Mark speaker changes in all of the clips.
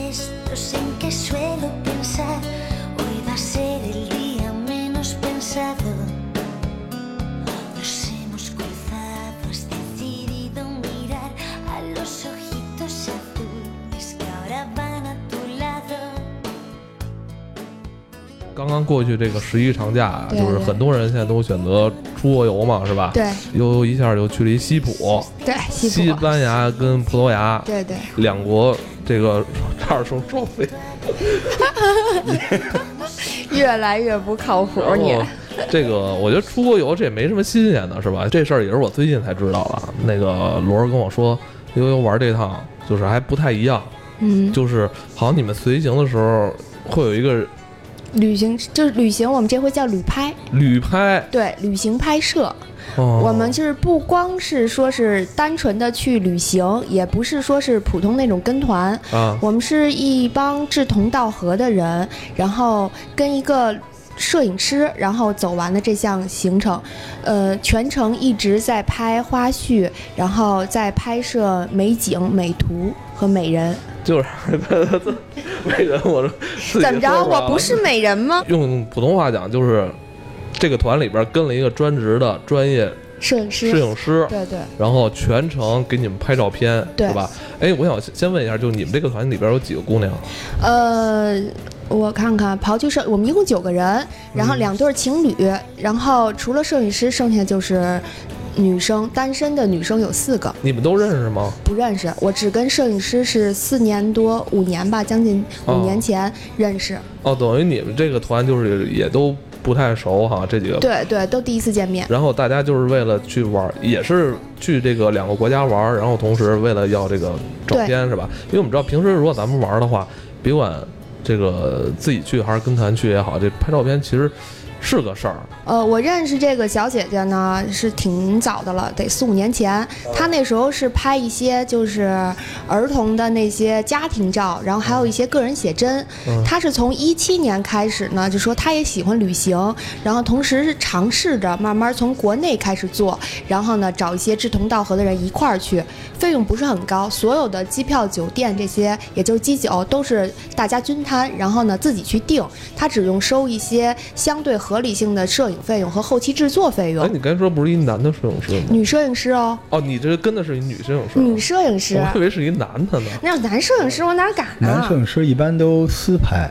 Speaker 1: esto sin que suelo pensar. Hoy va a ser el día menos pensado. Nos hemos cruzado, has decidido mirar a los ojitos azules que ahora van a tu lado.
Speaker 2: 刚刚过去这个十一长假啊，
Speaker 3: 对
Speaker 2: 就是很多人现在都选择出国游嘛，是吧？
Speaker 3: 对
Speaker 2: 又一下就去了一西普，
Speaker 3: 对，
Speaker 2: 西
Speaker 3: 西普，
Speaker 2: 班牙跟葡萄牙
Speaker 3: 对对，
Speaker 2: 两国这个差点说撞 飞。
Speaker 3: 越来越不靠谱
Speaker 2: 然
Speaker 3: 你
Speaker 2: 后。这个我觉得出国游这也没什么新鲜的，是吧？这事儿也是我最近才知道的。那个罗儿跟我说，悠悠玩这趟就是还不太一样，
Speaker 3: 嗯，
Speaker 2: 就是好像你们随行的时候会有一个
Speaker 3: 旅行就是旅行，我们这回叫旅拍，
Speaker 2: 旅拍。
Speaker 3: 对，旅行拍摄。
Speaker 2: 哦、
Speaker 3: 我们就是不光是说是单纯的去旅行，也不是说是普通那种跟团，
Speaker 2: 啊，
Speaker 3: 我们是一帮志同道合的人，然后跟一个摄影师，然后走完了这项行程。呃，全程一直在拍花絮，然后在拍摄美景、美图和美人。
Speaker 2: 就是 为什么我说自己
Speaker 3: 怎
Speaker 2: 说
Speaker 3: 么着？
Speaker 2: 出来
Speaker 3: 我不
Speaker 2: 了
Speaker 3: 是美人 吗？
Speaker 2: 用普通话讲，就是这个团里边跟了一个专职的专业
Speaker 3: 摄影师。
Speaker 2: 摄影师，
Speaker 3: 对对，
Speaker 2: 然后全程给你们拍照片，
Speaker 3: 对
Speaker 2: 是吧？哎，我想先问一下，就你们这个团里边有几个姑娘？
Speaker 3: 呃，我看看，刨去摄，我们一共九个人，然后
Speaker 2: 嗯
Speaker 3: 两对儿情侣，然后除了摄影师，剩下就是女生，单身的女生有四个。
Speaker 2: 你们都认识吗？
Speaker 3: 不认识，我只跟摄影师是四年多五年吧，将近
Speaker 2: 哦
Speaker 3: 五年前认识。
Speaker 2: 哦，等于你们这个团就是也都不太熟哈，这几个。
Speaker 3: 对对，都第一次见面。
Speaker 2: 然后大家就是为了去玩儿，也是去这个两个国家玩儿，然后同时为了要这个照片是吧？因为我们知道平时如果咱们玩儿的话，别管这个自己去还是跟团去也好，这拍照片其实是个事儿。
Speaker 3: 呃，我认识这个小姐姐呢是挺早的了，得四五年前。
Speaker 2: 哦
Speaker 3: 她那时候是拍一些就是儿童的那些家庭照，然后还有一些个人写真。
Speaker 2: 嗯
Speaker 3: 她是从一七年开始呢，就说她也喜欢旅行，然后同时是尝试着慢慢从国内开始做，然后呢找一些志同道合的人一块儿去，费用不是很高，所有的机票、酒店这些，也就是机酒都是大家均摊，然后呢自己去定，他只用收一些相对合理性的摄影费用和后期制作费
Speaker 2: 哎，
Speaker 3: 用。
Speaker 2: 你刚才说不是一男的摄影师吗？
Speaker 3: 女摄影师哦，
Speaker 2: 哦，你这跟的是一女摄影师。啊
Speaker 3: 女摄影师，
Speaker 2: 我以为是一男的呢。
Speaker 3: 那男摄影师我哪敢啊？
Speaker 4: 男摄影师一般都私拍，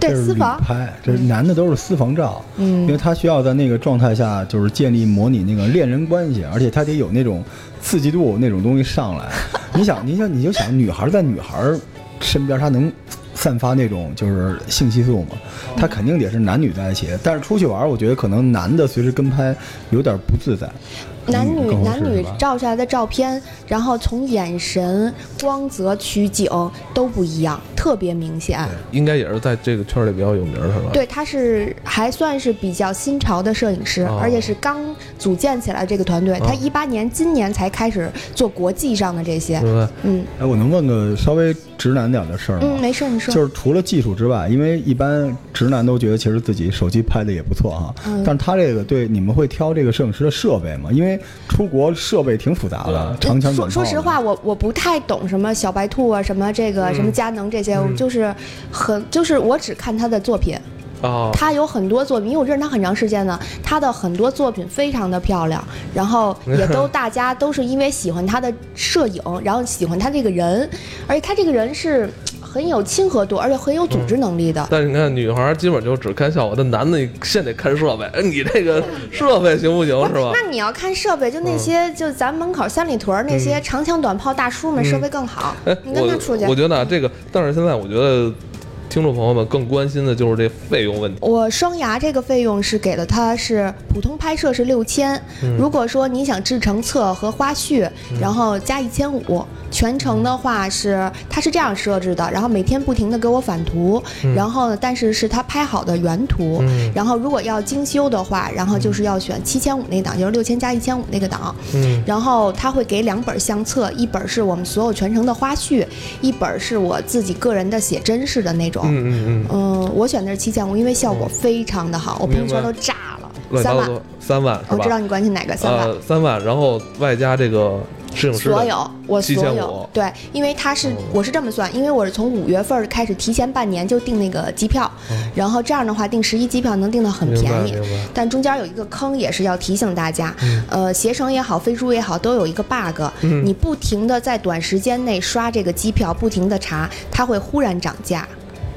Speaker 3: 对
Speaker 4: 这是
Speaker 3: 私房
Speaker 4: 旅，拍，这男的都是私房照，
Speaker 3: 嗯
Speaker 4: 因为他需要在那个状态下就是建立模拟那个恋人关系，而且他得有那种刺激度那种东西 上来。你想，你想，你就想女孩在女孩身边，她能散发那种就是性激素嘛？她肯定得是男女在一起，但是出去玩，我觉得可能男的随时跟拍有点不自在，
Speaker 3: 男
Speaker 4: 可能
Speaker 3: 女
Speaker 4: 更合
Speaker 3: 男
Speaker 4: 适
Speaker 3: 女
Speaker 4: 吧
Speaker 3: 照出来的照片，然后从眼神、光泽、取景都不一样，特别明显。
Speaker 2: 应该也是在这个圈儿里比较有名儿，是吧？
Speaker 3: 对，他是还算是比较新潮的摄影师，
Speaker 2: 哦
Speaker 3: 而且是刚组建起来这个团队。
Speaker 2: 哦
Speaker 3: 他一八年，今年才开始做国际上的这些。
Speaker 2: 明白。
Speaker 3: 嗯
Speaker 4: 哎，我能问个稍微直男点儿的事儿吗？
Speaker 3: 嗯，没事，你说。
Speaker 4: 就是除了技术之外，因为一般直男都觉得其实自己手机拍的也不错哈、
Speaker 3: 嗯
Speaker 4: 但是他这个对你们会挑这个摄影师的设备吗？因为出国设备挺复杂的，长枪
Speaker 3: 说
Speaker 4: 短炮的。嗯
Speaker 3: 说实话，我我不太懂什么小白兔啊，什么这个、什么佳能这些，我就是很就是我只看他的作品，
Speaker 2: 哦，
Speaker 3: 他有很多作品，因为我认识他很长时间了，他的很多作品非常的漂亮，然后也都大家都是因为喜欢他的摄影，然后喜欢他这个人，而且他这个人是很有亲和度，而且很有组织能力的。
Speaker 2: 但是你看，女孩儿基本就只看效果，但男的你先得看设备。哎，你这个设备行不行，嗯是吧？嗯
Speaker 3: 那你要看设备，就那些、就咱门口三里屯儿那些长枪短炮大叔们，设备更好。
Speaker 2: 哎，
Speaker 3: 你跟他出去
Speaker 2: 我我。觉得啊，这个，但是现在我觉得，听众朋友们更关心的就是这费用问题。
Speaker 3: 我双牙这个费用是给了他是普通拍摄是六千、如果说你想制成册和花絮，然后加一千五，全程的话是他是这样设置的，然后每天不停的给我返图，然后呢，但是是他拍好的原图，
Speaker 2: 嗯
Speaker 3: 然后如果要精修的话，然后就是要选七千五那档，就是六千加一千五那个档，
Speaker 2: 嗯，
Speaker 3: 然后他会给两本相册，一本是我们所有全程的花絮，一本是我自己个人的写真式的那种，
Speaker 2: 嗯嗯嗯，
Speaker 3: 嗯，我选的是七千五，因为效果非常的好，我朋友
Speaker 2: 明白
Speaker 3: 圈都炸了，
Speaker 2: 乱七
Speaker 3: 三
Speaker 2: 八
Speaker 3: 万
Speaker 2: 糟。，三万是
Speaker 3: 我知道
Speaker 2: 吧？
Speaker 3: 你关心哪个三万。
Speaker 2: 呃，三万，然后外加这个摄影师的
Speaker 3: 所有，我
Speaker 2: 七
Speaker 3: 所
Speaker 2: 千
Speaker 3: 有
Speaker 2: 五，嗯
Speaker 3: 对，因为他是我是这么算，因为我是从五月份儿开始提前半年就订那个机票，然后这样的话订十一机票能订到很
Speaker 2: 嗯明
Speaker 3: 便
Speaker 2: 白嗯
Speaker 3: 宜
Speaker 2: 明白，
Speaker 3: 但中间有一个坑也是要提醒大家，呃，携程也好，飞猪也好，都有一个 bug，、你
Speaker 2: 嗯
Speaker 3: 不停的在短时间内刷这个机票，不停的查，它会忽然涨价，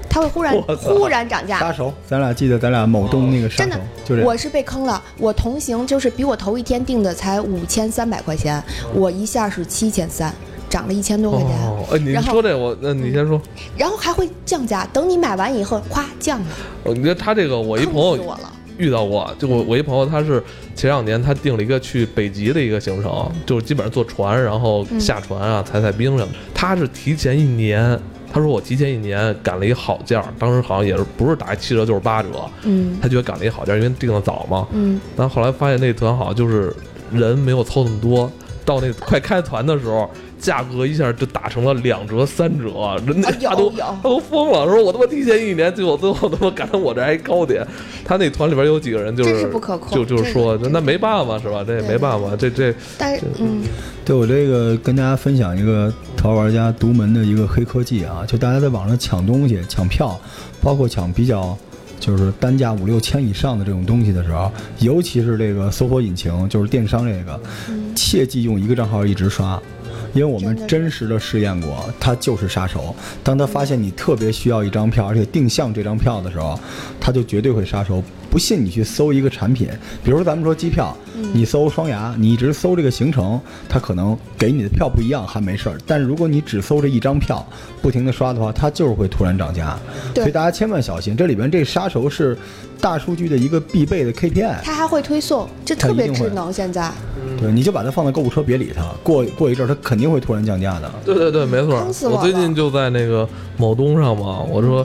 Speaker 3: 它会忽然
Speaker 2: 我操
Speaker 3: 忽然涨价，
Speaker 4: 杀手，咱俩记得咱俩某东那个杀
Speaker 3: 哦真的
Speaker 4: 手，就这
Speaker 3: 我
Speaker 4: 样。
Speaker 3: 是被坑了。我同行就是比我头一天订的才五千三百块钱，我一下是七千三，涨了一千多块钱，
Speaker 2: 哦，哎，你
Speaker 3: 然后嗯
Speaker 2: 说这我，那你先说。
Speaker 3: 然后还会降价。等你买完以后，咵降了，
Speaker 2: 我哦觉得他这个，我一
Speaker 3: 坑
Speaker 2: 朋友
Speaker 3: 死我了。
Speaker 2: 遇到过，啊就我我一朋友，他是前两年他订了一个去北极的一个行程，就是基本上坐船，然后
Speaker 3: 嗯
Speaker 2: 下船啊，采采冰什么的。他是提前一年，他说我提前一年赶了一好价儿，当时好像也是不是打七折就是八折，
Speaker 3: 嗯
Speaker 2: 他觉得赶了一好价儿，因为订的早嘛。
Speaker 3: 嗯，
Speaker 2: 但后来发现那团好像就是人没有凑那么多，到那快开团的时候，价格一下就打成了两折、三折，人家
Speaker 3: 啊有
Speaker 2: 他都、
Speaker 3: 有
Speaker 2: 他都疯了，说我他妈提前一年，结果最后他妈赶上我这还高点。他那团里边有几个人就是
Speaker 3: 这是不可控
Speaker 2: 就就是说
Speaker 3: 这个
Speaker 2: 那没办法是吧？这也
Speaker 3: 对
Speaker 2: 没办法，这这
Speaker 3: 但是嗯
Speaker 4: 对我这个跟大家分享一个淘玩家独门的一个黑科技啊，就大家在网上抢东西、抢票，包括抢比较就是单价五六千以上的这种东西的时候，尤其是这个搜索引擎，就是电商这个，切忌用一个账号一直刷。因为我们
Speaker 3: 嗯真的是
Speaker 4: 真实的试验过，它就是杀手。当他发现你特别需要一张票，而且定向这张票的时候，他就绝对会杀手。不信你去搜一个产品，比如说咱们说机票，你搜双牙，你一直搜这个行程，它可能给你的票不一样还没事儿，但如果你只搜这一张票，不停的刷的话，它就是会突然涨价。
Speaker 3: 对
Speaker 4: 所以大家千万小心，这里边这杀手是大数据的一个必备的 KPI。
Speaker 3: 它还会推送，这
Speaker 4: 它
Speaker 3: 特别
Speaker 4: 一定
Speaker 3: 智
Speaker 4: 会
Speaker 3: 能。现在
Speaker 4: 对，你就把它放在购物车，别理它。过过一阵儿，它肯定会突然降价的。
Speaker 2: 对对对，没错
Speaker 3: 坑死。我
Speaker 2: 我最
Speaker 3: 了
Speaker 2: 近就在那个某东上嘛，我说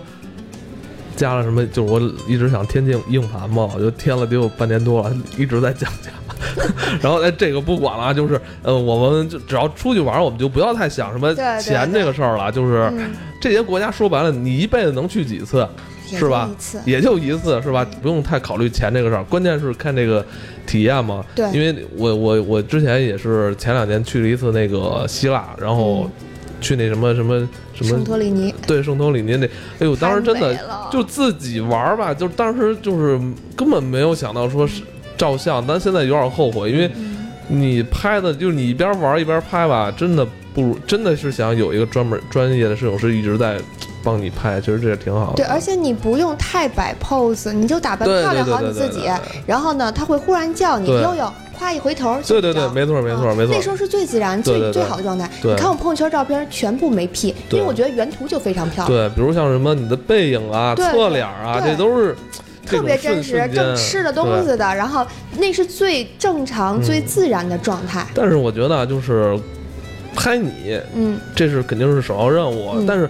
Speaker 2: 加了什么，就是我一直想添进硬盘嘛，我就添了得有半年多了，一直在降 价。然后哎，这个不管了，就是呃，我们就只要出去玩，我们就不要太想什么
Speaker 3: 对对
Speaker 2: 钱
Speaker 3: 对
Speaker 2: 这个事儿了。就是
Speaker 3: 嗯
Speaker 2: 这些国家说白了，你一辈子能去几次，
Speaker 3: 也
Speaker 2: 是吧
Speaker 3: 就一次？
Speaker 2: 也就一次，是吧？
Speaker 3: 嗯
Speaker 2: 不用太考虑钱这个事儿，关键是看这个体验嘛。
Speaker 3: 对
Speaker 2: 因为我我我之前也是前两年去了一次那个希腊，然后去那什么什么什么
Speaker 3: 嗯圣托里尼
Speaker 2: 对，圣托里尼那，哎呦，当时真的
Speaker 3: 太美了
Speaker 2: 就自己玩儿吧，就是当时就是根本没有想到说是照相，但现在有点后悔，因为
Speaker 3: 嗯
Speaker 2: 你拍的就是你一边玩儿一边拍吧，真的不如真的是想有一个专门专业的摄影师一直在帮你拍，其实这也挺好的。
Speaker 3: 对，而且你不用太摆 pose，你就打扮
Speaker 2: 对
Speaker 3: 漂亮
Speaker 2: 对对
Speaker 3: 好你
Speaker 2: 对
Speaker 3: 自
Speaker 2: 对
Speaker 3: 己
Speaker 2: 对。
Speaker 3: 然后呢，他会忽然叫你
Speaker 2: 对
Speaker 3: 悠悠，夸一回头就
Speaker 2: 对对
Speaker 3: 有照。
Speaker 2: 对，没错没错
Speaker 3: 啊
Speaker 2: 没错
Speaker 3: 那时。候是最自然、
Speaker 2: 对
Speaker 3: 最
Speaker 2: 对
Speaker 3: 最
Speaker 2: 对
Speaker 3: 好的状态。
Speaker 2: 对
Speaker 3: 你看我朋友圈照片全部没 P，因
Speaker 2: 对
Speaker 3: 为我觉得原图就非常漂亮，
Speaker 2: 对，比如像什么你的背影啊、
Speaker 3: 啊对
Speaker 2: 侧脸啊，
Speaker 3: 对
Speaker 2: 这都是这
Speaker 3: 特别
Speaker 2: 种瞬
Speaker 3: 真实
Speaker 2: 瞬，间
Speaker 3: 正吃着东
Speaker 2: 对嗯
Speaker 3: 西的，然后那是最正常、最自然的状态。
Speaker 2: 但是我觉得啊，就是拍你
Speaker 3: 嗯，
Speaker 2: 这是肯定是首要任务，
Speaker 3: 嗯
Speaker 2: 但是。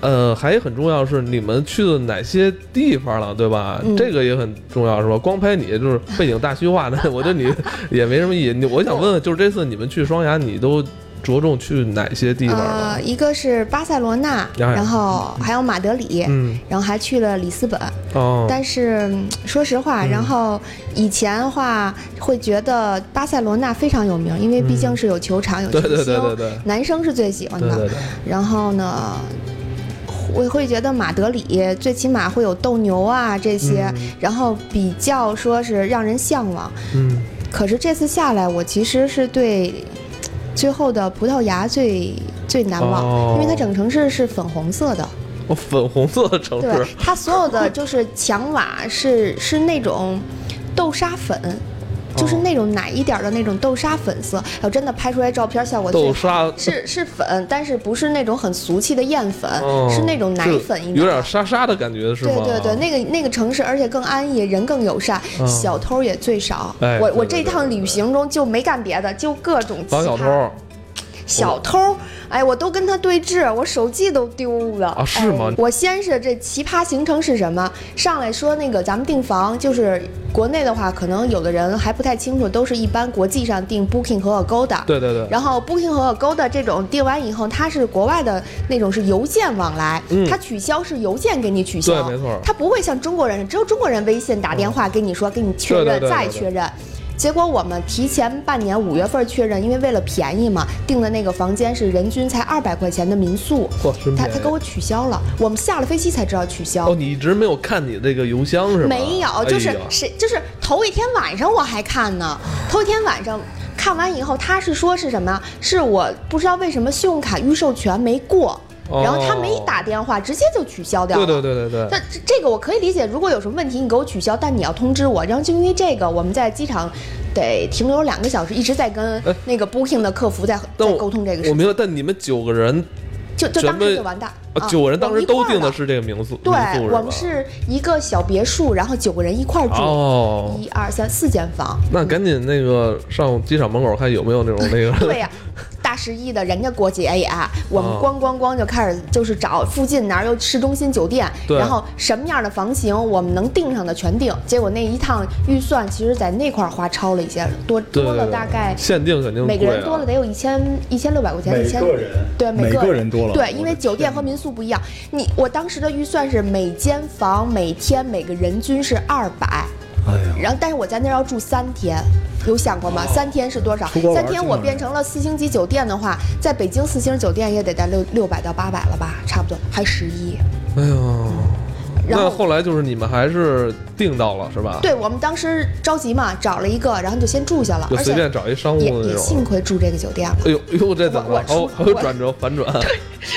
Speaker 2: 呃，还很重要是你们去了哪些地方了，对吧？
Speaker 3: 嗯
Speaker 2: 这个也很重要，是吧？光拍你就是背景大虚化，那我觉得你也没什么意义。你我想问问，就是这次你们去双崖，你都着重去哪些地方了？
Speaker 3: 呃，一个是巴塞罗那，
Speaker 2: 呀
Speaker 3: 然后还有马德里，
Speaker 2: 嗯，
Speaker 3: 然后还去了里斯本。
Speaker 2: 哦，
Speaker 3: 但是嗯说实话，然后以前的话会觉得巴塞罗那非常有名，因为毕竟是有球场、有
Speaker 2: 嗯对
Speaker 3: 球
Speaker 2: 对对对
Speaker 3: 星，
Speaker 2: 对
Speaker 3: 男生是最喜欢
Speaker 2: 对
Speaker 3: 的。
Speaker 2: 对对，
Speaker 3: 然后呢，我会觉得马德里最起码会有斗牛啊这些，
Speaker 2: 嗯
Speaker 3: 然后比较说是让人向往。
Speaker 2: 嗯，
Speaker 3: 可是这次下来，我其实是对最后的葡萄牙最最难忘，
Speaker 2: 哦
Speaker 3: 因为它整城市是粉红色的，
Speaker 2: 我哦粉红色的城
Speaker 3: 对
Speaker 2: 市，
Speaker 3: 它所有的就是墙瓦是 是那种豆沙粉。
Speaker 2: 哦
Speaker 3: 就是那种奶一点儿的那种豆沙粉色，然后真的拍出来照片效果最好
Speaker 2: 豆沙
Speaker 3: 是是粉，但是不是那种很俗气的艳粉，
Speaker 2: 哦
Speaker 3: 是那种奶
Speaker 2: 就
Speaker 3: 粉一
Speaker 2: 有
Speaker 3: 点
Speaker 2: 点
Speaker 3: 儿。
Speaker 2: 沙沙的感觉是吗？
Speaker 3: 对对对，那个那个城市，而且更安逸，人更友善，
Speaker 2: 嗯
Speaker 3: 小偷也最少。
Speaker 2: 哎
Speaker 3: 我
Speaker 2: 对
Speaker 3: 我
Speaker 2: 对
Speaker 3: 这
Speaker 2: 对
Speaker 3: 趟
Speaker 2: 对
Speaker 3: 旅行中就没干别的，就各种
Speaker 2: 防
Speaker 3: 奇
Speaker 2: 小
Speaker 3: 葩
Speaker 2: 偷儿
Speaker 3: 小偷，哎，我都跟他对峙，我手机都丢了
Speaker 2: 啊是吗
Speaker 3: 哎我先是这奇葩行程是什么？上来说那个咱们订房，就是国内的话，可能有的人还不太清楚，都是一般国际上订 Booking 和 Agoda。
Speaker 2: 对对对，
Speaker 3: 然后 Booking 和 Agoda 这种订完以后，它是国外的那种是邮件往来，
Speaker 2: 嗯
Speaker 3: 它取消是邮件给你取消，
Speaker 2: 对没错
Speaker 3: 它不会像中国人，只有中国人微信打电话给你说，给你确认
Speaker 2: 对对对对
Speaker 3: 再
Speaker 2: 对
Speaker 3: 确认。结果我们提前半年五月份确认，因为为了便宜嘛，订的那个房间是人均才二百块钱的民宿，
Speaker 2: 嚯真
Speaker 3: 他
Speaker 2: 便宜
Speaker 3: 他给我取消了，我们下了飞机才知道取消。
Speaker 2: 哦，你一直没有看你这个邮箱是吗？
Speaker 3: 没有，就是、
Speaker 2: 哎呀
Speaker 3: 谁，就是头一天晚上我还看呢，头一天晚上看完以后，他是说是什么呀？是我不知道为什么信用卡预授权没过，
Speaker 2: 哦
Speaker 3: 然后他没打电话，直接就取消掉了。
Speaker 2: 对对对对
Speaker 3: 那
Speaker 2: 对，
Speaker 3: 这这个我可以理解，如果有什么问题你给我取消，但你要通知我。然后就因为这个，我们在机场得停留两个小时，一直在跟
Speaker 2: 哎
Speaker 3: 那个 Booking 的客服在在
Speaker 2: 但我
Speaker 3: 沟通这个事
Speaker 2: 我
Speaker 3: 情，
Speaker 2: 明白，但你们九个人
Speaker 3: 就就
Speaker 2: 全
Speaker 3: 当
Speaker 2: 部
Speaker 3: 时就完蛋。
Speaker 2: 啊，
Speaker 3: 啊
Speaker 2: 九个人当时
Speaker 3: 我
Speaker 2: 都
Speaker 3: 们一块儿
Speaker 2: 订的
Speaker 3: 的
Speaker 2: 是这个民宿，
Speaker 3: 对
Speaker 2: 民宿，
Speaker 3: 我们
Speaker 2: 吧
Speaker 3: 是一个小别墅，然后九个人一块儿住，
Speaker 2: 哦
Speaker 3: 一二三四间 房。
Speaker 2: 那赶紧那个上机场门口看有没有那种那个
Speaker 3: 对呀、大十一的人家过节也，我们
Speaker 2: 哦
Speaker 3: 咣咣咣就开始就是找附近哪儿有市中心酒店，
Speaker 2: 对
Speaker 3: 然后什么样的房型我们能订上的全订。结果那一趟预算其实在那块儿花超了一些，多
Speaker 2: 对
Speaker 3: 多了大概
Speaker 2: 限定肯定
Speaker 3: 每个
Speaker 2: 贵
Speaker 3: 人
Speaker 2: 啊
Speaker 3: 多了得有一千一千六百块钱，一千对每
Speaker 4: 每
Speaker 3: 个
Speaker 4: 个人多了
Speaker 3: 对，因为酒店和民宿不一样，你我当时的预算是每间房每天每个人均是二百，
Speaker 4: 哎呀，
Speaker 3: 然后但是我在那儿要住三天，有想过吗？三天是多少
Speaker 4: 哦出国？玩
Speaker 3: 三天我变成了四星级酒店的话，在北京四星酒店也得在六六百到八百了吧，差不多，还十一。
Speaker 4: 啊
Speaker 2: 哎呦，那
Speaker 3: 然后
Speaker 2: 后来就是你们还是订到了是吧？，
Speaker 3: 对我们当时着急嘛，找了一个，然后就先住下了，
Speaker 2: 就
Speaker 3: 而
Speaker 2: 随
Speaker 3: 且
Speaker 2: 便找一商务
Speaker 3: 也
Speaker 2: 那
Speaker 3: 也幸
Speaker 2: 种。
Speaker 3: 亏住这个酒店了。
Speaker 2: 哎呦 哎呦，这怎么
Speaker 3: 我
Speaker 2: 了
Speaker 3: 我？
Speaker 2: 哦，还
Speaker 3: 我
Speaker 2: 有转折反转。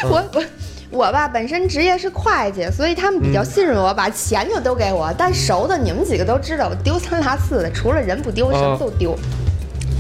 Speaker 3: 我我我吧，本身职业是会计，所以他们比
Speaker 2: 嗯
Speaker 3: 较信任我，把钱就都给我。但熟的你们几个都知道，我丢三落四的，除了人不
Speaker 2: 哦
Speaker 3: 丢，什么都丢。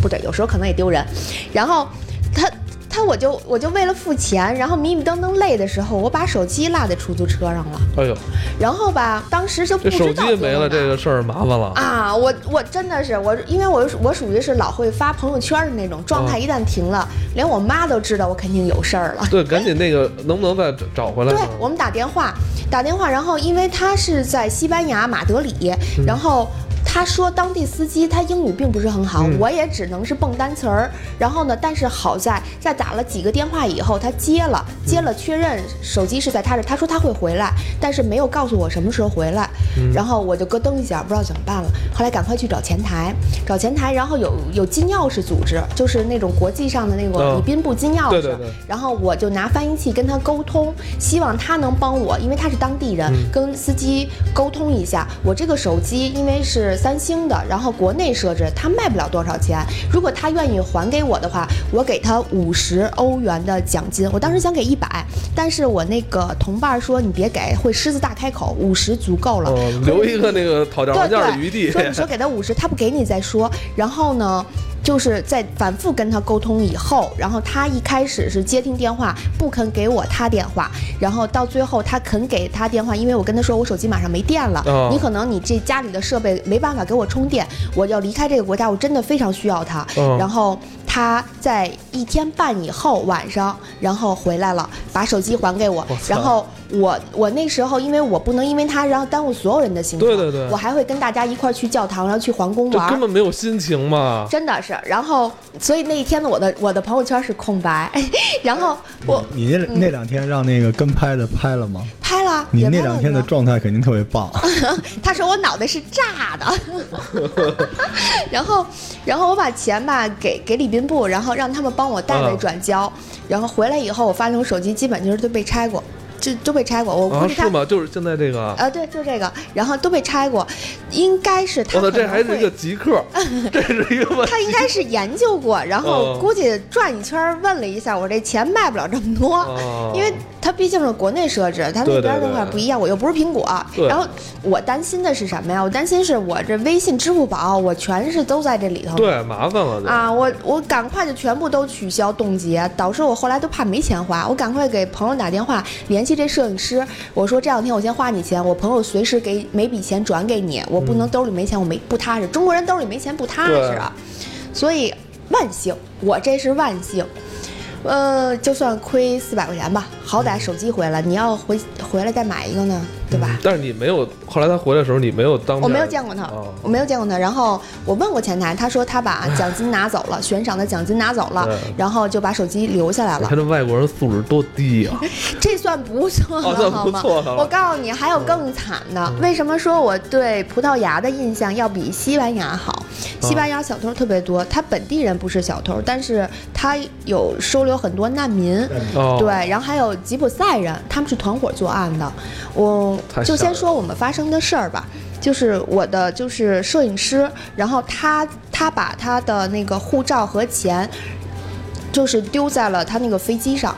Speaker 3: 不对，有时候可能也丢人。然后他他我就我就为了付钱，然后迷迷瞪瞪累的时候，我把手机落在出租车上了。
Speaker 2: 哎呦，
Speaker 3: 然后吧，当时就不
Speaker 2: 这
Speaker 3: 知
Speaker 2: 手
Speaker 3: 道
Speaker 2: 机没
Speaker 3: 丢
Speaker 2: 了，
Speaker 3: 哪儿
Speaker 2: 这个事儿麻烦了。
Speaker 3: 啊，我我真的是我，因为我是我属于是老会发朋友圈的那种状态，
Speaker 2: 哦
Speaker 3: 一旦停了，连我妈都知道我肯定有事儿了。
Speaker 2: 对，赶紧那个能不能再找回来呢？
Speaker 3: 对，我们打电话，打电话，然后因为他是在西班牙马德里，
Speaker 2: 嗯
Speaker 3: 然后他说当地司机他英语并不是很
Speaker 2: 嗯
Speaker 3: 好，我也只能是蹦单词儿。然后呢，但是好在在打了几个电话以后，他接了，
Speaker 2: 嗯
Speaker 3: 接了确认手机是在他这儿，他说他会回来，但是没有告诉我什么时候回来。
Speaker 2: 嗯
Speaker 3: 然后我就咯噔一下，不知道怎么办了。后来赶快去找前台，找前台，然后有有金钥匙组织，就是那种国际上的那
Speaker 2: 嗯
Speaker 3: 个礼宾部金钥
Speaker 2: 对
Speaker 3: 匙。
Speaker 2: 对对
Speaker 3: 然后我就拿翻译器跟他沟通，希望他能帮我，因为他是当地人，
Speaker 2: 嗯
Speaker 3: 跟司机沟通一下。我这个手机因为是三星的，然后国内设置，他卖不了多少钱。如果他愿意还给我的话，我给他五十欧元的奖金。我当时想给一百，但是我那个同伴说你别给，会狮子大开口，五十足够了。
Speaker 2: 嗯，留一个那个讨价还
Speaker 3: 对
Speaker 2: 价的余
Speaker 3: 对，
Speaker 2: 地。
Speaker 3: 说你说给他五十，他不给你再说。然后呢，就是在反复跟他沟通以后，然后他一开始是接听电话，不肯给我他电话，然后到最后他肯给他电话，因为我跟他说我手机马上没电了，
Speaker 2: 哦
Speaker 3: 你可能你这家里的设备没办法给我充电，我要离开这个国家，我真的非常需要它。
Speaker 2: 哦
Speaker 3: 然后他在一天半以后晚上，然后回来了，把手机还给我
Speaker 2: 我，操
Speaker 3: 然后我我那时候因为我不能因为他然后耽误所有人的行程，
Speaker 2: 对对对
Speaker 3: 我还会跟大家一块儿去教堂，然后去皇宫
Speaker 2: 这
Speaker 3: 玩
Speaker 2: 根
Speaker 3: 儿。
Speaker 2: 本没有心情嘛。
Speaker 3: 真的是，然后所以那一天的我的我的朋友圈是空白， 然后我
Speaker 4: 你那那两天让那个跟拍的拍了吗？
Speaker 3: 拍了，
Speaker 4: 你
Speaker 3: 也
Speaker 4: 那
Speaker 3: 拍了
Speaker 4: 两天的
Speaker 3: 呢
Speaker 4: 状态肯定特别棒，
Speaker 3: 他说我脑袋是炸的， 然后，然后我把钱吧给给礼宾部，然后让他们帮我代为
Speaker 2: 嗯
Speaker 3: 转交，然后回来以后，我发现我手机基本就是都被拆过，就都被拆过，我
Speaker 2: 啊，
Speaker 3: 估计他
Speaker 2: 是吗？就是现在这个啊。
Speaker 3: 啊，对，就这个，然后都被拆过，应该是他
Speaker 2: 我操，
Speaker 3: 可
Speaker 2: 这
Speaker 3: 能
Speaker 2: 还是一个
Speaker 3: 会。
Speaker 2: 极 客，这是一个问
Speaker 3: 他应该是研究过，然后
Speaker 2: 嗯
Speaker 3: 估计转一圈儿问了一下，我这钱卖不了这么多，
Speaker 2: 哦
Speaker 3: 因为他毕竟是国内设置，他
Speaker 2: 对
Speaker 3: 那边
Speaker 2: 对
Speaker 3: 的话
Speaker 2: 对
Speaker 3: 不一样，我又不是苹果。
Speaker 2: 对
Speaker 3: 然后我担心的是什么呀？我担心是我这微信、支付宝，我全是都在这里头。
Speaker 2: 对，麻烦了就。
Speaker 3: 啊，我我赶快就全部都取消冻结，导致我后来都怕没钱花。我赶快给朋友打电话联系这摄影师，我说这两天我先花你钱，我朋友随时给每笔钱转给你，我不能兜里没钱我没不踏实，中国人兜里没钱不踏实啊，所以万幸，我这是万幸。呃，就算亏四百块钱吧，好歹手机回来，你要回回来再买一个呢，对吧？
Speaker 2: 但是你没有，后来他回来的时候，你没有当面
Speaker 3: 我没有见过他，
Speaker 2: 哦
Speaker 3: 我没有见过他。然后我问过前台，他说他把奖金拿走了，悬赏的奖金拿走了
Speaker 2: 对，
Speaker 3: 然后就把手机留下来
Speaker 2: 你
Speaker 3: 了
Speaker 2: 看。这外国人素质多低啊 呀、
Speaker 3: 这算不错
Speaker 2: 哦算
Speaker 3: 了，好
Speaker 2: 不
Speaker 3: 吗
Speaker 2: 错了？嗯
Speaker 3: 我告诉你，还有更惨的。为什么说我对葡萄牙的印象要比西班牙好？
Speaker 2: 嗯
Speaker 3: 西班牙小偷特别多，他本地人不是小偷，但是他有收留很多难民。
Speaker 2: 哦，
Speaker 3: 对，，然后还有吉普赛人，他们是团伙作案的。我
Speaker 2: 太
Speaker 3: 就
Speaker 2: 吓人
Speaker 3: 先
Speaker 2: 了
Speaker 3: 说我们发生的事儿吧，就是我的就是摄影师，然后他他把他的那个护照和钱，就是丢在了他那个飞机上，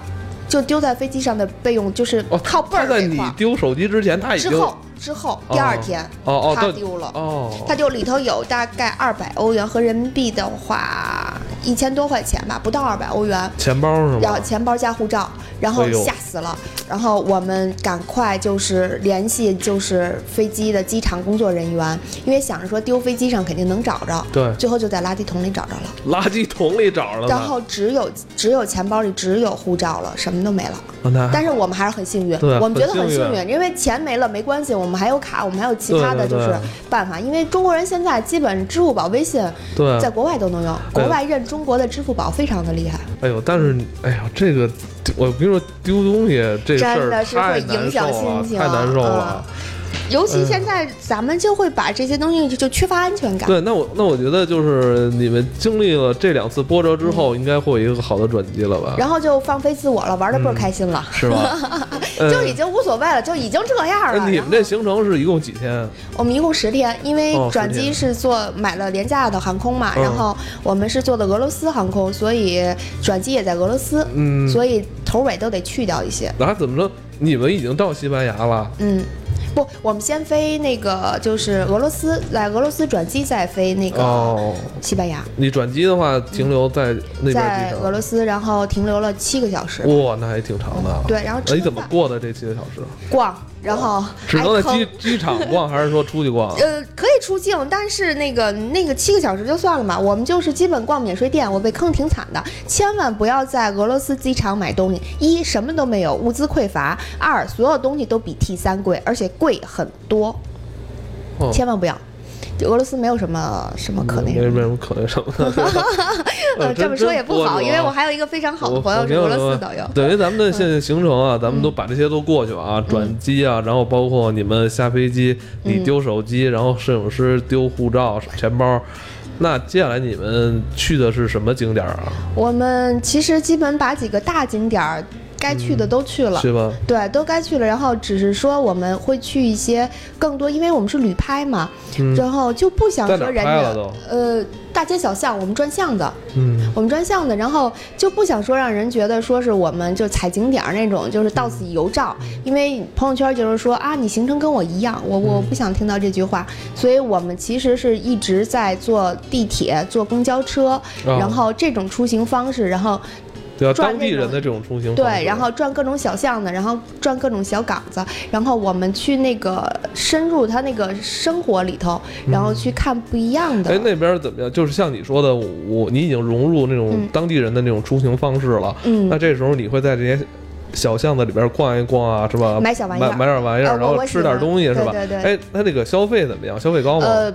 Speaker 3: 就丢在飞机上的备用，就是
Speaker 2: 哦，
Speaker 3: 靠背儿
Speaker 2: 他在
Speaker 3: 那
Speaker 2: 你
Speaker 3: 块儿。
Speaker 2: 丢手机之前，他已经
Speaker 3: 之后之后第二天，
Speaker 2: 哦哦
Speaker 3: 他
Speaker 2: 到
Speaker 3: 丢了。
Speaker 2: 哦，
Speaker 3: 他就里头有大概二百欧元和人民币的话，一千多块钱吧，不到二百欧元。
Speaker 2: 钱包是
Speaker 3: 然
Speaker 2: 吗
Speaker 3: 后？钱包加护照，然后
Speaker 2: 哎呦
Speaker 3: 吓死了，然后我们赶快就是联系就是飞机的机场工作人员，因为想着说丢飞机上肯定能找着，
Speaker 2: 对
Speaker 3: 最后就在垃圾桶里找着了，
Speaker 2: 垃圾桶里找着了呢，
Speaker 3: 然后只有只有钱包里只有护照了，什么都没了。
Speaker 2: 啊那
Speaker 3: 但是我们还是很幸运，
Speaker 2: 对
Speaker 3: 我们觉得很
Speaker 2: 很
Speaker 3: 幸
Speaker 2: 幸运
Speaker 3: 运，因为钱没了没关系，我们还有卡，我们还有其他
Speaker 2: 对
Speaker 3: 的
Speaker 2: 对
Speaker 3: 就
Speaker 2: 对
Speaker 3: 是办法。因为中国人现在基本支付宝、微信
Speaker 2: 对
Speaker 3: 在国外都能用，
Speaker 2: 对
Speaker 3: 国外认中国的支付宝非常的厉害，
Speaker 2: 哎呦，但是哎呀，这个我跟你说丢东西这事
Speaker 3: 真的
Speaker 2: 儿
Speaker 3: 是
Speaker 2: 太
Speaker 3: 会影
Speaker 2: 难受
Speaker 3: 响
Speaker 2: 了，
Speaker 3: 心情啊
Speaker 2: 太难受了。
Speaker 3: 尤其现在咱们就会把这些东西就就缺乏安全感。
Speaker 2: 嗯对，那我那我觉得就是你们经历了这两次波折之后，应该会有一个好的转机了吧？
Speaker 3: 嗯然后就放飞自我了，玩的倍儿开心了，
Speaker 2: 是 吧？嗯哎
Speaker 3: 就已经无所谓了，就已经这样了。
Speaker 2: 那你们这行程是一共几天？
Speaker 3: 我们一共十天，因为
Speaker 2: 哦十
Speaker 3: 转
Speaker 2: 天
Speaker 3: 机是坐买了廉价的航空嘛，
Speaker 2: 嗯
Speaker 3: 然后我们是坐的俄罗斯航空，所以转机也在俄罗斯，
Speaker 2: 嗯
Speaker 3: 所以头尾都得去掉一些。
Speaker 2: 那怎么着？你们已经到西班牙了？
Speaker 3: 嗯，不，我们先飞那个就是俄罗斯，在俄罗斯转机，再飞那个
Speaker 2: 哦，
Speaker 3: 西班牙，
Speaker 2: 你转机的话停留在那边机
Speaker 3: 在
Speaker 2: 场？
Speaker 3: 俄罗斯，然后停留了七个小时，
Speaker 2: 哇，那还挺长的啊。
Speaker 3: 对然后
Speaker 2: 哎你怎
Speaker 3: 吃
Speaker 2: 么
Speaker 3: 饭
Speaker 2: 过的这七个小时？
Speaker 3: 逛，然后
Speaker 2: 只
Speaker 3: 挨
Speaker 2: 能在
Speaker 3: 坑
Speaker 2: 机机场逛，还是说出去逛？啊
Speaker 3: 呃，可以出境，但是那个那个七个小时就算了嘛，我们就是基本逛免税店，我被坑挺惨的。千万不要在俄罗斯机场买东西，一什么都没有，物资匮乏；二所有东西都比 T 三贵，而且贵很多，
Speaker 2: 哦
Speaker 3: 千万不要。就俄罗斯没有什么什么可那
Speaker 2: 嗯没
Speaker 3: 什
Speaker 2: 没
Speaker 3: 么
Speaker 2: 什么可那什么 的。
Speaker 3: 呃，这么说也不好，因为我
Speaker 2: 我
Speaker 3: 还有一个非常好的
Speaker 2: 啊我
Speaker 3: 朋友嗯
Speaker 2: 我
Speaker 3: 是
Speaker 2: 明白
Speaker 3: 俄罗斯
Speaker 2: 了
Speaker 3: 导游。
Speaker 2: 等于咱们的现在行程啊，咱们都把这些都过去了啊，
Speaker 3: 嗯
Speaker 2: 转机啊，然后包括你们下飞机，你丢手机，然后摄影师丢护照、钱包。那接下来你们去的是什么景点啊？
Speaker 3: 我们其实基本把几个大景点儿该去的都去了，
Speaker 2: 嗯是吧？
Speaker 3: 对，都该去了。然后只是说我们会去一些更多，因为我们是旅拍嘛，然后就不想
Speaker 2: 嗯在哪
Speaker 3: 说
Speaker 2: 儿
Speaker 3: 人
Speaker 2: 拍
Speaker 3: 家
Speaker 2: 了都
Speaker 3: 呃大街小巷，我们转巷子，
Speaker 2: 嗯，
Speaker 3: 我们转巷子，然后就不想说让人觉得说是我们就踩景点儿那种，就是到此一游照。
Speaker 2: 嗯
Speaker 3: 因为朋友圈就是说啊，你行程跟我一样，我
Speaker 2: 嗯
Speaker 3: 我不想听到这句话，所以我们其实是一直在坐地铁、坐公交车，
Speaker 2: 哦
Speaker 3: 然后这种出行方式，然后
Speaker 2: 对啊，
Speaker 3: 转
Speaker 2: 当地
Speaker 3: 那种
Speaker 2: 人的这种出行方式
Speaker 3: 对，然后转各种小巷子，然后转各种小岗子，然后我们去那个深入他那个生活里头，然后去看不一样
Speaker 2: 嗯
Speaker 3: 的。
Speaker 2: 哎，那边怎么样？就是像你说的，我你已经融入那种
Speaker 3: 嗯
Speaker 2: 当地人的那种出行方式了。
Speaker 3: 嗯
Speaker 2: 那这时候你会在这些小巷子里边逛一逛啊，是吧？
Speaker 3: 买小玩意儿
Speaker 2: 买买点玩意儿，
Speaker 3: 呃
Speaker 2: 然
Speaker 3: 我
Speaker 2: 后
Speaker 3: 我喜
Speaker 2: 吃点
Speaker 3: 欢
Speaker 2: 东西，是吧？
Speaker 3: 对对对
Speaker 2: 哎，那这个消费怎么样？消费高吗？
Speaker 3: 呃，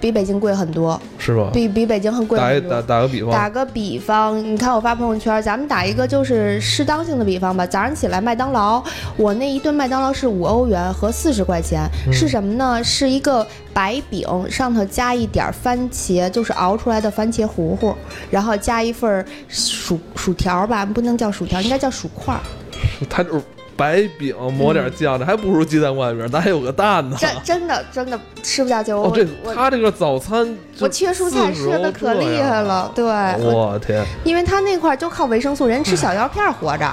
Speaker 3: 比北京贵很多，
Speaker 2: 是吧？
Speaker 3: 比比北京很贵
Speaker 2: 打一
Speaker 3: 很
Speaker 2: 打
Speaker 3: 多。
Speaker 2: 打个比
Speaker 3: 打
Speaker 2: 方，
Speaker 3: 个比方，你看我发朋友圈，咱们打一个就是适当性的比方吧。早上起来麦当劳，我那一顿麦当劳是五欧元和四十块钱，
Speaker 2: 嗯
Speaker 3: 是什么呢？是一个白饼，上头加一点儿番茄，就是熬出来的番茄糊糊，然后加一份儿薯薯条吧，不能叫薯条，应该叫薯 块儿。
Speaker 2: 它就是白饼抹点酱，
Speaker 3: 嗯
Speaker 2: 这还不如鸡蛋灌饼，咱还有个蛋呢。
Speaker 3: 真真的真的吃不下去，我、
Speaker 2: 哦，这
Speaker 3: 我
Speaker 2: 他这个早餐就40欧这样，
Speaker 3: 我缺蔬菜吃的
Speaker 2: 啊
Speaker 3: 可厉害了，对，我
Speaker 2: 我天，
Speaker 3: 因为他那块儿就靠维生素，
Speaker 2: 嗯
Speaker 3: 人吃小药片儿活着，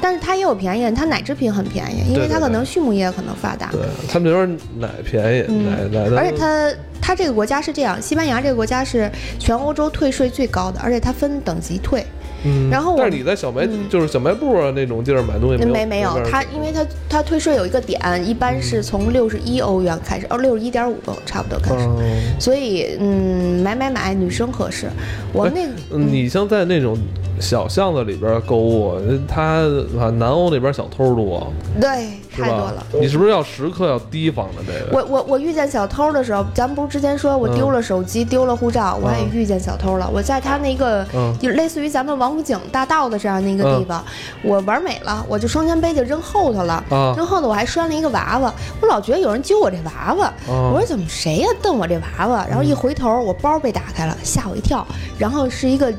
Speaker 3: 但是他也有便宜，他奶制品很便宜，因
Speaker 2: 对对
Speaker 3: 为他可
Speaker 2: 对
Speaker 3: 能畜牧业可能发达。
Speaker 2: 对啊他们这边奶便宜，
Speaker 3: 嗯
Speaker 2: 奶奶的，
Speaker 3: 而且它它这个国家是这样，西班牙这个国家是全欧洲退税最高的，而且它分等级退，
Speaker 2: 嗯
Speaker 3: 然后我
Speaker 2: 但是你在小卖、
Speaker 3: 哦嗯
Speaker 2: 就是小卖部啊那种地儿买东西
Speaker 3: 那
Speaker 2: 没
Speaker 3: 没没有
Speaker 2: 法儿嗯
Speaker 3: 它，因为它它退税有一个点，一般是从六十一欧元开始，哦，六十一点五差不多开始，
Speaker 2: 嗯，
Speaker 3: 所以嗯，买买买，女生合适。我
Speaker 2: 哎
Speaker 3: 那
Speaker 2: 你像在那种小巷子里边购物，他啊南欧那边小偷多，
Speaker 3: 对，
Speaker 2: 是
Speaker 3: 太多
Speaker 2: 吧
Speaker 3: 了。？
Speaker 2: 你是不是要时刻要提防着这个？
Speaker 3: 我我我遇见小偷的时候，咱们不是之前说我丢了手机、丢了护照，我也
Speaker 2: 嗯
Speaker 3: 遇见小偷了。我在他那个、
Speaker 2: 嗯
Speaker 3: 就类似于咱们王府井大道的这样的一个地方，我玩美了，我就双肩背就扔后头了，
Speaker 2: 啊
Speaker 3: 扔后头我还拴了一个娃娃，我老觉得有人揪我这娃娃，
Speaker 2: 啊
Speaker 3: 我说怎么谁呀、瞪我这娃娃？然后
Speaker 2: 嗯
Speaker 3: 一回头，我包被打开了，吓我一跳，然后是一个。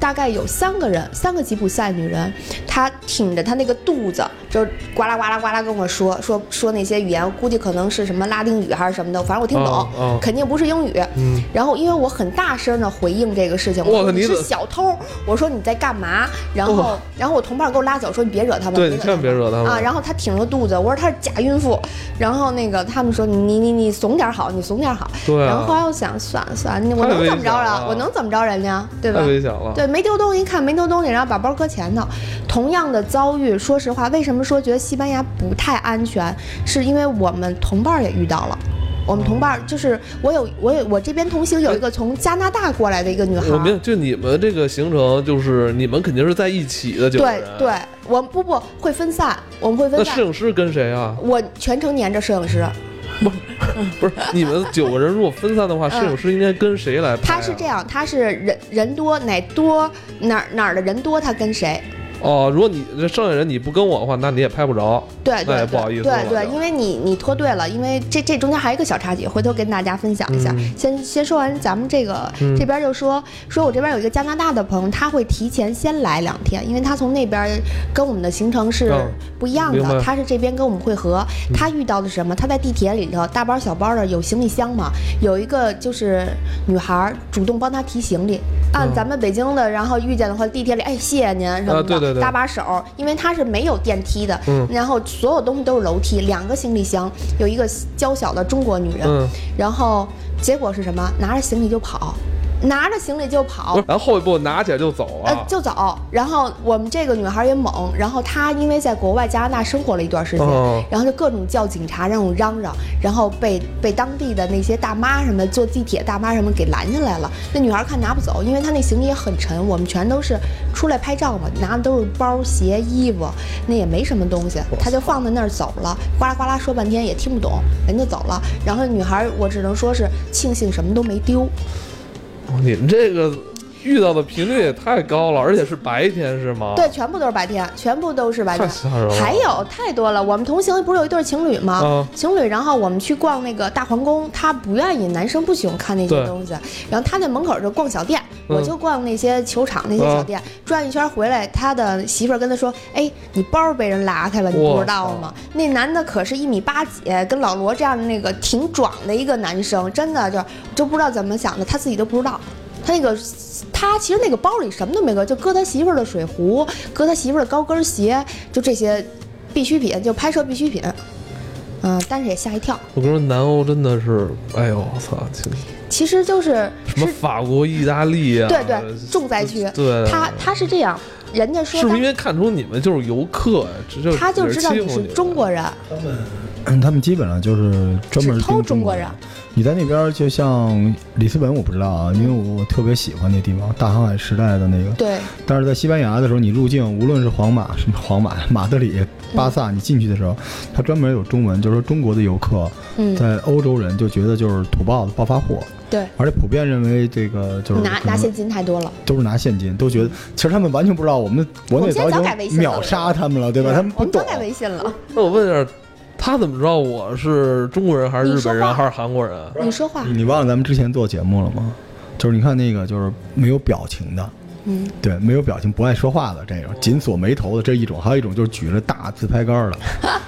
Speaker 3: 大概有三个人，三个吉普赛女人，她挺着她那个肚子，就呱啦呱啦呱啦跟我说说说那些语言，估计可能是什么拉丁语还是什么的，反正我听不懂，
Speaker 2: 哦哦
Speaker 3: 肯定不是英语。
Speaker 2: 嗯
Speaker 3: 然后因为我很大声的回应这个事情，
Speaker 2: 我
Speaker 3: 我
Speaker 2: 靠
Speaker 3: 说
Speaker 2: 你
Speaker 3: 是
Speaker 2: 怎
Speaker 3: 小偷，我说你在干嘛？然后、
Speaker 2: 哇
Speaker 3: 然后我同伴给我拉走，说你别惹他们，
Speaker 2: 对
Speaker 3: 惹
Speaker 2: 你千万别惹他们
Speaker 3: 啊。然后他挺着肚子，我说他是假孕妇，然后那个他们说你你你你怂点好，你怂点好。
Speaker 2: 对啊
Speaker 3: 然后后来我想算了算了，我
Speaker 2: 太
Speaker 3: 能
Speaker 2: 危
Speaker 3: 怎么着
Speaker 2: 险
Speaker 3: 了？
Speaker 2: 了
Speaker 3: 我能怎么着人家？对吧？
Speaker 2: 太危险了。
Speaker 3: 对，没丢东西，一看没丢东西，然后把包搁前头。同样的遭遇，说实话，为什么说觉得西班牙不太安全？是因为我们同伴儿也遇到了。我们同伴儿
Speaker 2: 哦
Speaker 3: 就是我有我有我这边同行有一个从加拿大过来的一个女孩
Speaker 2: 我
Speaker 3: 儿，
Speaker 2: 明就你们这个行程，就是你们肯定是在一起的九个
Speaker 3: 对
Speaker 2: 人。
Speaker 3: 对，，我们不不会分散，我们会
Speaker 2: 那哎
Speaker 3: 分
Speaker 2: 摄
Speaker 3: 散。
Speaker 2: 影师跟谁啊？
Speaker 3: 我全程黏着摄影师，
Speaker 2: 不是你们九个人如果分散的 话，
Speaker 3: 嗯
Speaker 2: 摄影师应该跟谁来拍、啊？
Speaker 3: 他是这样，他是人人多哪多哪儿哪儿的人多他跟谁，
Speaker 2: 哦，如果你这剩下人你不跟我的话，那你也拍不着。
Speaker 3: 对
Speaker 2: 那
Speaker 3: 对
Speaker 2: 也
Speaker 3: 对，
Speaker 2: 哎不好意思了
Speaker 3: 对对，
Speaker 2: 就
Speaker 3: 因为你你脱队了，因为这这中间还有一个小插曲，回头跟大家分享一下。
Speaker 2: 嗯
Speaker 3: 先先说完咱们这个、
Speaker 2: 嗯
Speaker 3: 这边就说说我这边有一个加拿大的朋友，他会提前先来两天，因为他从那边跟我们的行程是
Speaker 2: 哦
Speaker 3: 不一样的，
Speaker 2: 明白嗯
Speaker 3: 他是这边跟我们会合。他遇到的是什么？他在地铁里头大包小包的有行李箱嘛，有一个就是女孩主动帮他提行李。按咱们北京的，然后遇见的话，地铁里，哎，谢谢您什么的，
Speaker 2: 嗯啊对对对
Speaker 3: 搭把手，因为它是没有电梯的，
Speaker 2: 嗯
Speaker 3: 然后所有东西都是楼梯，两个行李箱，有一个娇小的中国女人，
Speaker 2: 嗯
Speaker 3: 然后结果是什么？拿着行李就跑，拿着行李就跑
Speaker 2: 不是，，然后后一步拿起来就走
Speaker 3: 哦呃
Speaker 2: 啊，。
Speaker 3: 就走。然后我们这个女孩也猛，然后她因为在国外加拿大生活了一段时间，
Speaker 2: 哦
Speaker 3: 然后就各种叫警察，让我嚷嚷，然后被被当地的那些大妈什么坐地铁大妈什么给拦下来了。那女孩看拿不走，因为她那行李也很沉，我们全都是出来拍照嘛，拿的都是包、鞋、衣服，那也没什么东西，她就放在那儿走了，呱啦呱啦说半天也听不懂，人就走了。然后女孩，我只能说是庆幸什么都没丢。
Speaker 2: 哇你们这个遇到的频率也太高了，而且是白天是吗？
Speaker 3: 对，，全部都是白天，全部都是白天。
Speaker 2: 哦太吓人了
Speaker 3: 还有太多了，我们同行不是有一对情侣吗？
Speaker 2: 嗯
Speaker 3: 情侣，然后我们去逛那个大皇宫，他不愿意，男生不喜欢看那些
Speaker 2: 对
Speaker 3: 东西，然后他在门口就逛小店，
Speaker 2: 嗯
Speaker 3: 我就逛那些球场那些小店，转一圈回来，他的媳妇儿跟他说：“哎，你包被人拉开了，你不知道吗？”那男的可是一米八几，跟老罗这样的那个挺壮的一个男生，真的就就不知道怎么想的，他自己都不知道。他那个，他其实那个包里什么都没搁，就搁他媳妇儿的水壶，搁他媳妇儿的高跟鞋，就这些必需品，就拍摄必需品。嗯，但是也吓一跳。
Speaker 2: 我跟你说，南欧真的是，哎呦我操，这
Speaker 3: 其实就是
Speaker 2: 什么
Speaker 3: 是，
Speaker 2: 法国、意大利啊，
Speaker 3: 对对，重灾区。
Speaker 2: 对，
Speaker 3: 他他是这样，人家说
Speaker 2: 是不是因
Speaker 3: 他
Speaker 2: 为看出你们就是游客呀？这就
Speaker 3: 他就
Speaker 2: 也是
Speaker 3: 知道
Speaker 2: 欺
Speaker 3: 你
Speaker 2: 负
Speaker 3: 是
Speaker 2: 们
Speaker 3: 中国人，
Speaker 4: 他们基本上就是专门
Speaker 3: 只偷
Speaker 4: 盯
Speaker 3: 中国人。
Speaker 4: 你在那边儿就像里斯本，我不知道啊，
Speaker 3: 嗯
Speaker 4: 因为我特别喜欢那地方，大航海时代的那个。
Speaker 3: 对
Speaker 4: 但是在西班牙的时候，你入境无论是皇马、什么皇马、马德里、巴萨，你进去的时候，它专门有中文，就是说中国的游客
Speaker 3: 嗯
Speaker 4: 在欧洲人就觉得就是土豹子、暴发户，
Speaker 3: 对，
Speaker 4: 而且普遍认为这个就是
Speaker 3: 拿
Speaker 4: 可能
Speaker 3: 拿现金太多了。
Speaker 4: 都是拿现金，都觉得其实他们完全不知道我们国内
Speaker 3: 我们现在
Speaker 4: 早
Speaker 3: 早改
Speaker 4: 已
Speaker 3: 微
Speaker 4: 经
Speaker 3: 信了
Speaker 4: 秒杀他们了，对吧？他们
Speaker 3: 我
Speaker 4: 不
Speaker 3: 们
Speaker 4: 懂
Speaker 3: 都。改微信了。
Speaker 2: 那我问一下，他怎么知道我是中国人还是日本
Speaker 3: 你说话
Speaker 2: 人还是韩国人？啊
Speaker 3: 你说话，
Speaker 4: 你忘了咱们之前做节目了吗？就是你看那个就是没有表情的，
Speaker 3: 嗯，
Speaker 4: 对，没有表情、不爱说话的这种，紧锁眉头的这一种，还有一种就是举着大自拍杆儿 的。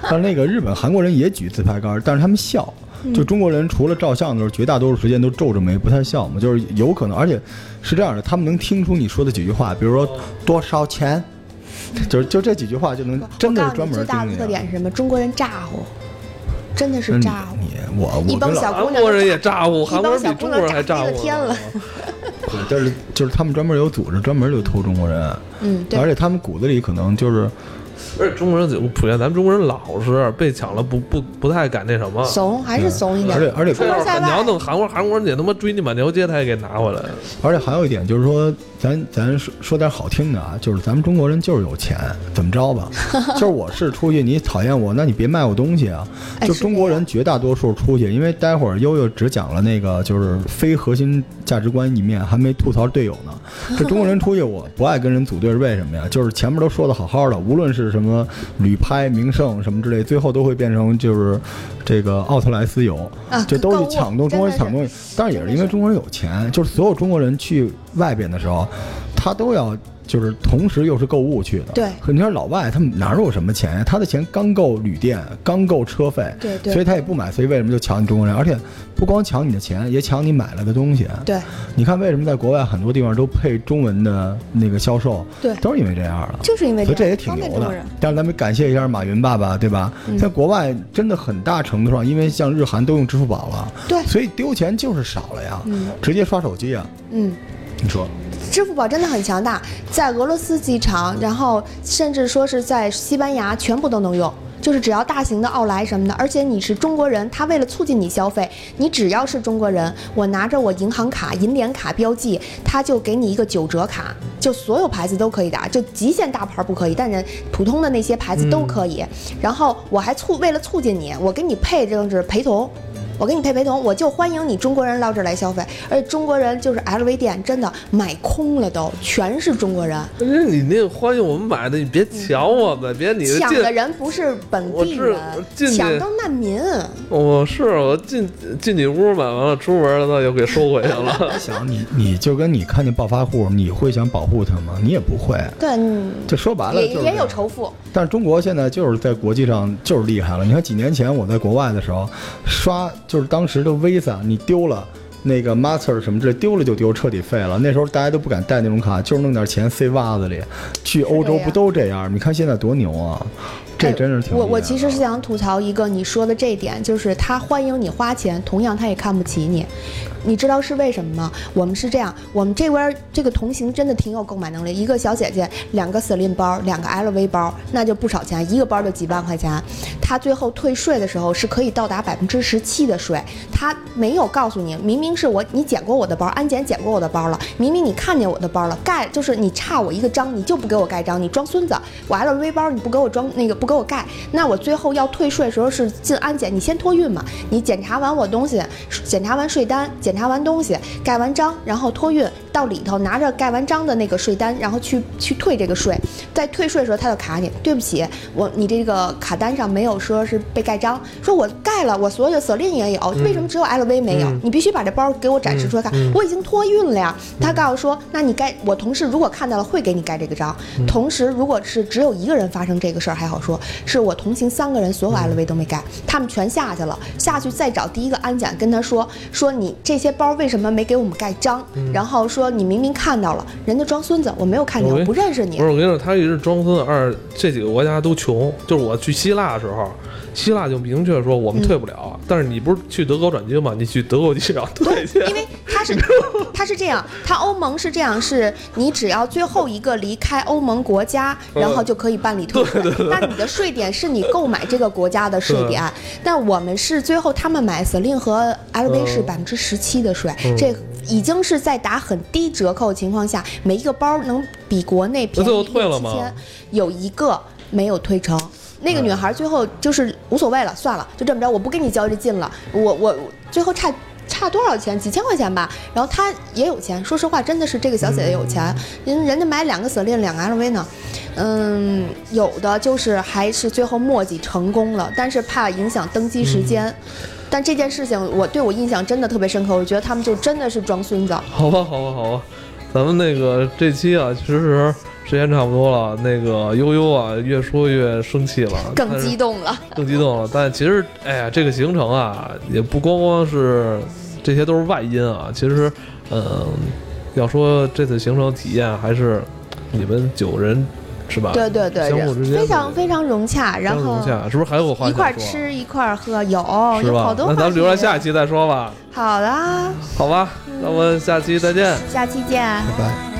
Speaker 4: 但是那个日本、韩国人也举自拍杆儿，但是他们笑。
Speaker 3: 嗯
Speaker 4: 就中国人除了照相的时候，绝大多数时间都皱着眉，不太笑嘛。就是有可能，而且是这样的，他们能听出你说的几句话，比如说多少 钱，就是就这几句话就能真的
Speaker 3: 我
Speaker 4: 是
Speaker 3: 告诉你，
Speaker 4: 专门
Speaker 3: 最
Speaker 4: 盯
Speaker 3: 大
Speaker 4: 那
Speaker 3: 的
Speaker 4: 样
Speaker 3: 特点是什么？中国人咋呼，真的
Speaker 4: 那
Speaker 3: 是
Speaker 4: 你
Speaker 3: 咋呼。
Speaker 4: 你我
Speaker 3: 一
Speaker 4: 我
Speaker 3: 帮
Speaker 4: 跟老
Speaker 3: 小
Speaker 2: 韩
Speaker 3: 姑娘
Speaker 2: 国
Speaker 3: 都
Speaker 2: 人也炸呼，韩国人比中国人还炸
Speaker 3: 一帮小姑娘炸飞
Speaker 2: 呼。啊
Speaker 3: 了 天了
Speaker 4: 对，就是就是他们专门有组织，专门就偷中国人。
Speaker 3: 嗯，对
Speaker 4: 而，且他们骨子里可能就是
Speaker 2: 而且中国人怎么普遍，咱们中国人老实，被抢了不不不太敢那什 么。
Speaker 3: 怂还是怂一点
Speaker 4: 嗯而且。而且
Speaker 3: 出门在
Speaker 2: 你要
Speaker 3: 外，
Speaker 2: 弄韩国，韩国人也他妈追你满条街，他也给拿回来。
Speaker 4: 而且还有一点就是说，咱咱说说点好听的啊，就是咱们中国人就是有钱，怎么 着吧？就是我是出去，你讨厌我，那你别卖我东西啊。
Speaker 3: 哎
Speaker 4: 就是中
Speaker 3: 这
Speaker 4: 国
Speaker 3: 样
Speaker 4: 人绝大多数出去，因为待会儿悠悠只讲了那个就是非核心价值观一面，还没吐槽队友 呢。这中国人出去，我不爱跟人组队是为什么呀？就是前面都说的好好的，无论是什么旅拍、名胜什么之类，最后都会变成就是这个奥特莱斯游
Speaker 3: 啊，
Speaker 4: 这都
Speaker 3: 购
Speaker 4: 是
Speaker 3: 物
Speaker 4: 抢东，中国
Speaker 3: 真的
Speaker 4: 人抢
Speaker 3: 是
Speaker 4: 东西。当然也是因为中国人有钱，就是所有中国人去外边的时候，他都要就是同时又是购物去的。
Speaker 3: 对
Speaker 4: 可你说老外他们哪有什么钱呀？他的钱刚够旅店，刚够车费，
Speaker 3: 对对
Speaker 4: 所以他也不买，所以为什么就抢你中国人？而且不光抢你的钱，也抢你买了的东西。啊
Speaker 3: 对，
Speaker 4: 你看为什么在国外很多地方都配中文的那个销售？
Speaker 3: 对
Speaker 4: 都是因为这样的。
Speaker 3: 就是因为
Speaker 4: 所以这也
Speaker 3: 样，
Speaker 4: 挺
Speaker 3: 方便
Speaker 4: 牛
Speaker 3: 中国
Speaker 4: 的
Speaker 3: 人。，
Speaker 4: 但是咱们感谢一下马云爸爸，对吧？
Speaker 3: 嗯
Speaker 4: 在国外真的很大程度上，因为像日韩都用支付宝了，
Speaker 3: 对
Speaker 4: 所以丢钱就是少了呀，
Speaker 3: 嗯
Speaker 4: 直接刷手机啊。
Speaker 3: 嗯，
Speaker 4: 你说，
Speaker 3: 支付宝真的很强大，在俄罗斯机场，然后甚至说是在西班牙，全部都能用。就是只要大型的奥莱什么的，而且你是中国人，他为了促进你消费，你只要是中国人，我拿着我银行卡、银联卡标记，他就给你一个九折卡，就所有牌子都可以打，就极限大牌不可以，但人普通的那些牌子都可以。然后我还促为了促进你，我给你配正是陪同，我给你配陪同，我就欢迎你中国人到这儿来消费，而且中国人就是 LV 店真的买空了都，全是中国人，
Speaker 2: 人家你那欢迎我们买的，你别抢我们，别你
Speaker 3: 抢
Speaker 2: 进
Speaker 3: 的人不是本
Speaker 2: 我
Speaker 3: 地
Speaker 2: 知
Speaker 3: 人
Speaker 2: 进，去
Speaker 3: 抢到难民。
Speaker 2: 我、哦是我进进你屋买完了，出门了那又给收回去了。
Speaker 4: 想你你就跟你看见暴发户，你会想保护他吗？你也不会。
Speaker 3: 对，嗯
Speaker 4: 这说白了
Speaker 3: 也
Speaker 4: 就
Speaker 3: 也
Speaker 4: 是这
Speaker 3: 有
Speaker 4: 样
Speaker 3: 仇富，
Speaker 4: 但是中国现在就是在国际上就是厉害了。你看几年前我在国外的时候，刷就是当时的 Visa，你丢了。那个 Master 什么之类丢了就丢，彻底废了。那时候大家都不敢带那种卡，就是弄点钱塞袜子里。去欧洲不都这样吗？你看现在多牛啊！这真是
Speaker 3: 哎
Speaker 4: 挺厉害的、
Speaker 3: 我我其实是想吐槽一个你说的这一点，就是他欢迎你花钱，同样他也看不起你。你知道是为什么吗？我们是这样，我们这边儿这个同行真的挺有购买能力。一个小姐姐，两个 Celine 包，两个 LV 包，那就不少钱，一个包就几万块钱。她最后退税的时候是可以到达百分之十七的税，她没有告诉你，明明是我你捡过我的包，安检捡过我的包了，明明你看见我的包了，盖就是你差我一个章，你就不给我盖章，你装孙子。我 LV 包你不给我装那个不给我盖，那我最后要退税的时候是进安检，你先托运嘛，你检查完我东西，检查完税单，检查完东西，盖完章，然后托运到里头，拿着盖完章的那个税单，然后去去退这个税。在退税的时候，他就卡你，对不起，我你这个卡单上没有说是被盖章，说我盖了，我所有 Celine 也有，为什么只有 LV 没有？你必须把这包给我展示出来看，我已经托运了呀。他告诉说，那你盖，我同事如果看到了会给你盖这个章。同时，如果是只有一个人发生这个事儿还好说，是我同行三个人所有 LV 都没盖，他们全下去了，下去再找第一个安检跟他说说你这些包为什么没给我们盖章？然后说你明明看到了，人家装孙子，我没有看见，
Speaker 2: 喂
Speaker 3: 我不认识你
Speaker 2: 不。是，我跟你说，他一是装孙二，这几个国家都穷。就是我去希腊的时候，希腊就明确说我们退不了，但是你不是去德国转机吗？你去德国机场 退去。
Speaker 3: 因为它是它是这样，它欧盟是这样，是你只要最后一个离开欧盟国家，
Speaker 2: 嗯
Speaker 3: 然后就可以办理退税。那你的税点是你购买这个国家的税
Speaker 2: 嗯
Speaker 3: 点， 但我们是最后他们买 Celine 和 LV
Speaker 2: 嗯
Speaker 3: 是百分之十七的税，这已经是在打很低折扣的情况下，每一个包能比国内便宜
Speaker 2: 那最后
Speaker 3: 六
Speaker 2: 退了
Speaker 3: 七
Speaker 2: 吗
Speaker 3: 千有一个没有推成。那个女
Speaker 2: 哎
Speaker 3: 孩最后就是无所谓了，算了，就这么着，我不跟你较这劲了。我我最后差差多少钱？几千块钱吧。然后她也有钱，说实话，真的是这个小姐姐有钱，
Speaker 2: 嗯
Speaker 3: 人人家买两个 Celine，两个 LV 呢。嗯，有的就是还是最后墨迹成功了，但是怕影响登机时间。
Speaker 2: 嗯
Speaker 3: 但这件事情我对我印象真的特别深刻，我觉得他们就真的是装孙子。
Speaker 2: 好吧，好吧，好吧，咱们那个这期啊，其实时间差不多了。那个悠悠啊，越说越生气了，
Speaker 3: 更
Speaker 2: 但是
Speaker 3: 激动了，
Speaker 2: 更激动了。但其实，哎呀，这个行程啊，也不光光是这些都是外因啊。其实，嗯，要说这次行程体验，还是你们九人是吧？
Speaker 3: 对对对
Speaker 2: 啊相互之
Speaker 3: 对，
Speaker 2: 间
Speaker 3: 非常非常融洽，然
Speaker 2: 相
Speaker 3: 后
Speaker 2: 融洽，是不是还有话
Speaker 3: 一块
Speaker 2: 想
Speaker 3: 儿
Speaker 2: 说？啊
Speaker 3: 吃一块儿喝，有有
Speaker 2: 是吧？
Speaker 3: 好多
Speaker 2: 那
Speaker 3: 话
Speaker 2: 咱们留
Speaker 3: 题
Speaker 2: 着下一期再说吧，
Speaker 3: 好啦，啊
Speaker 2: 好吧？那我们下期再见。
Speaker 3: 下期见。
Speaker 4: 拜拜。
Speaker 1: Bye.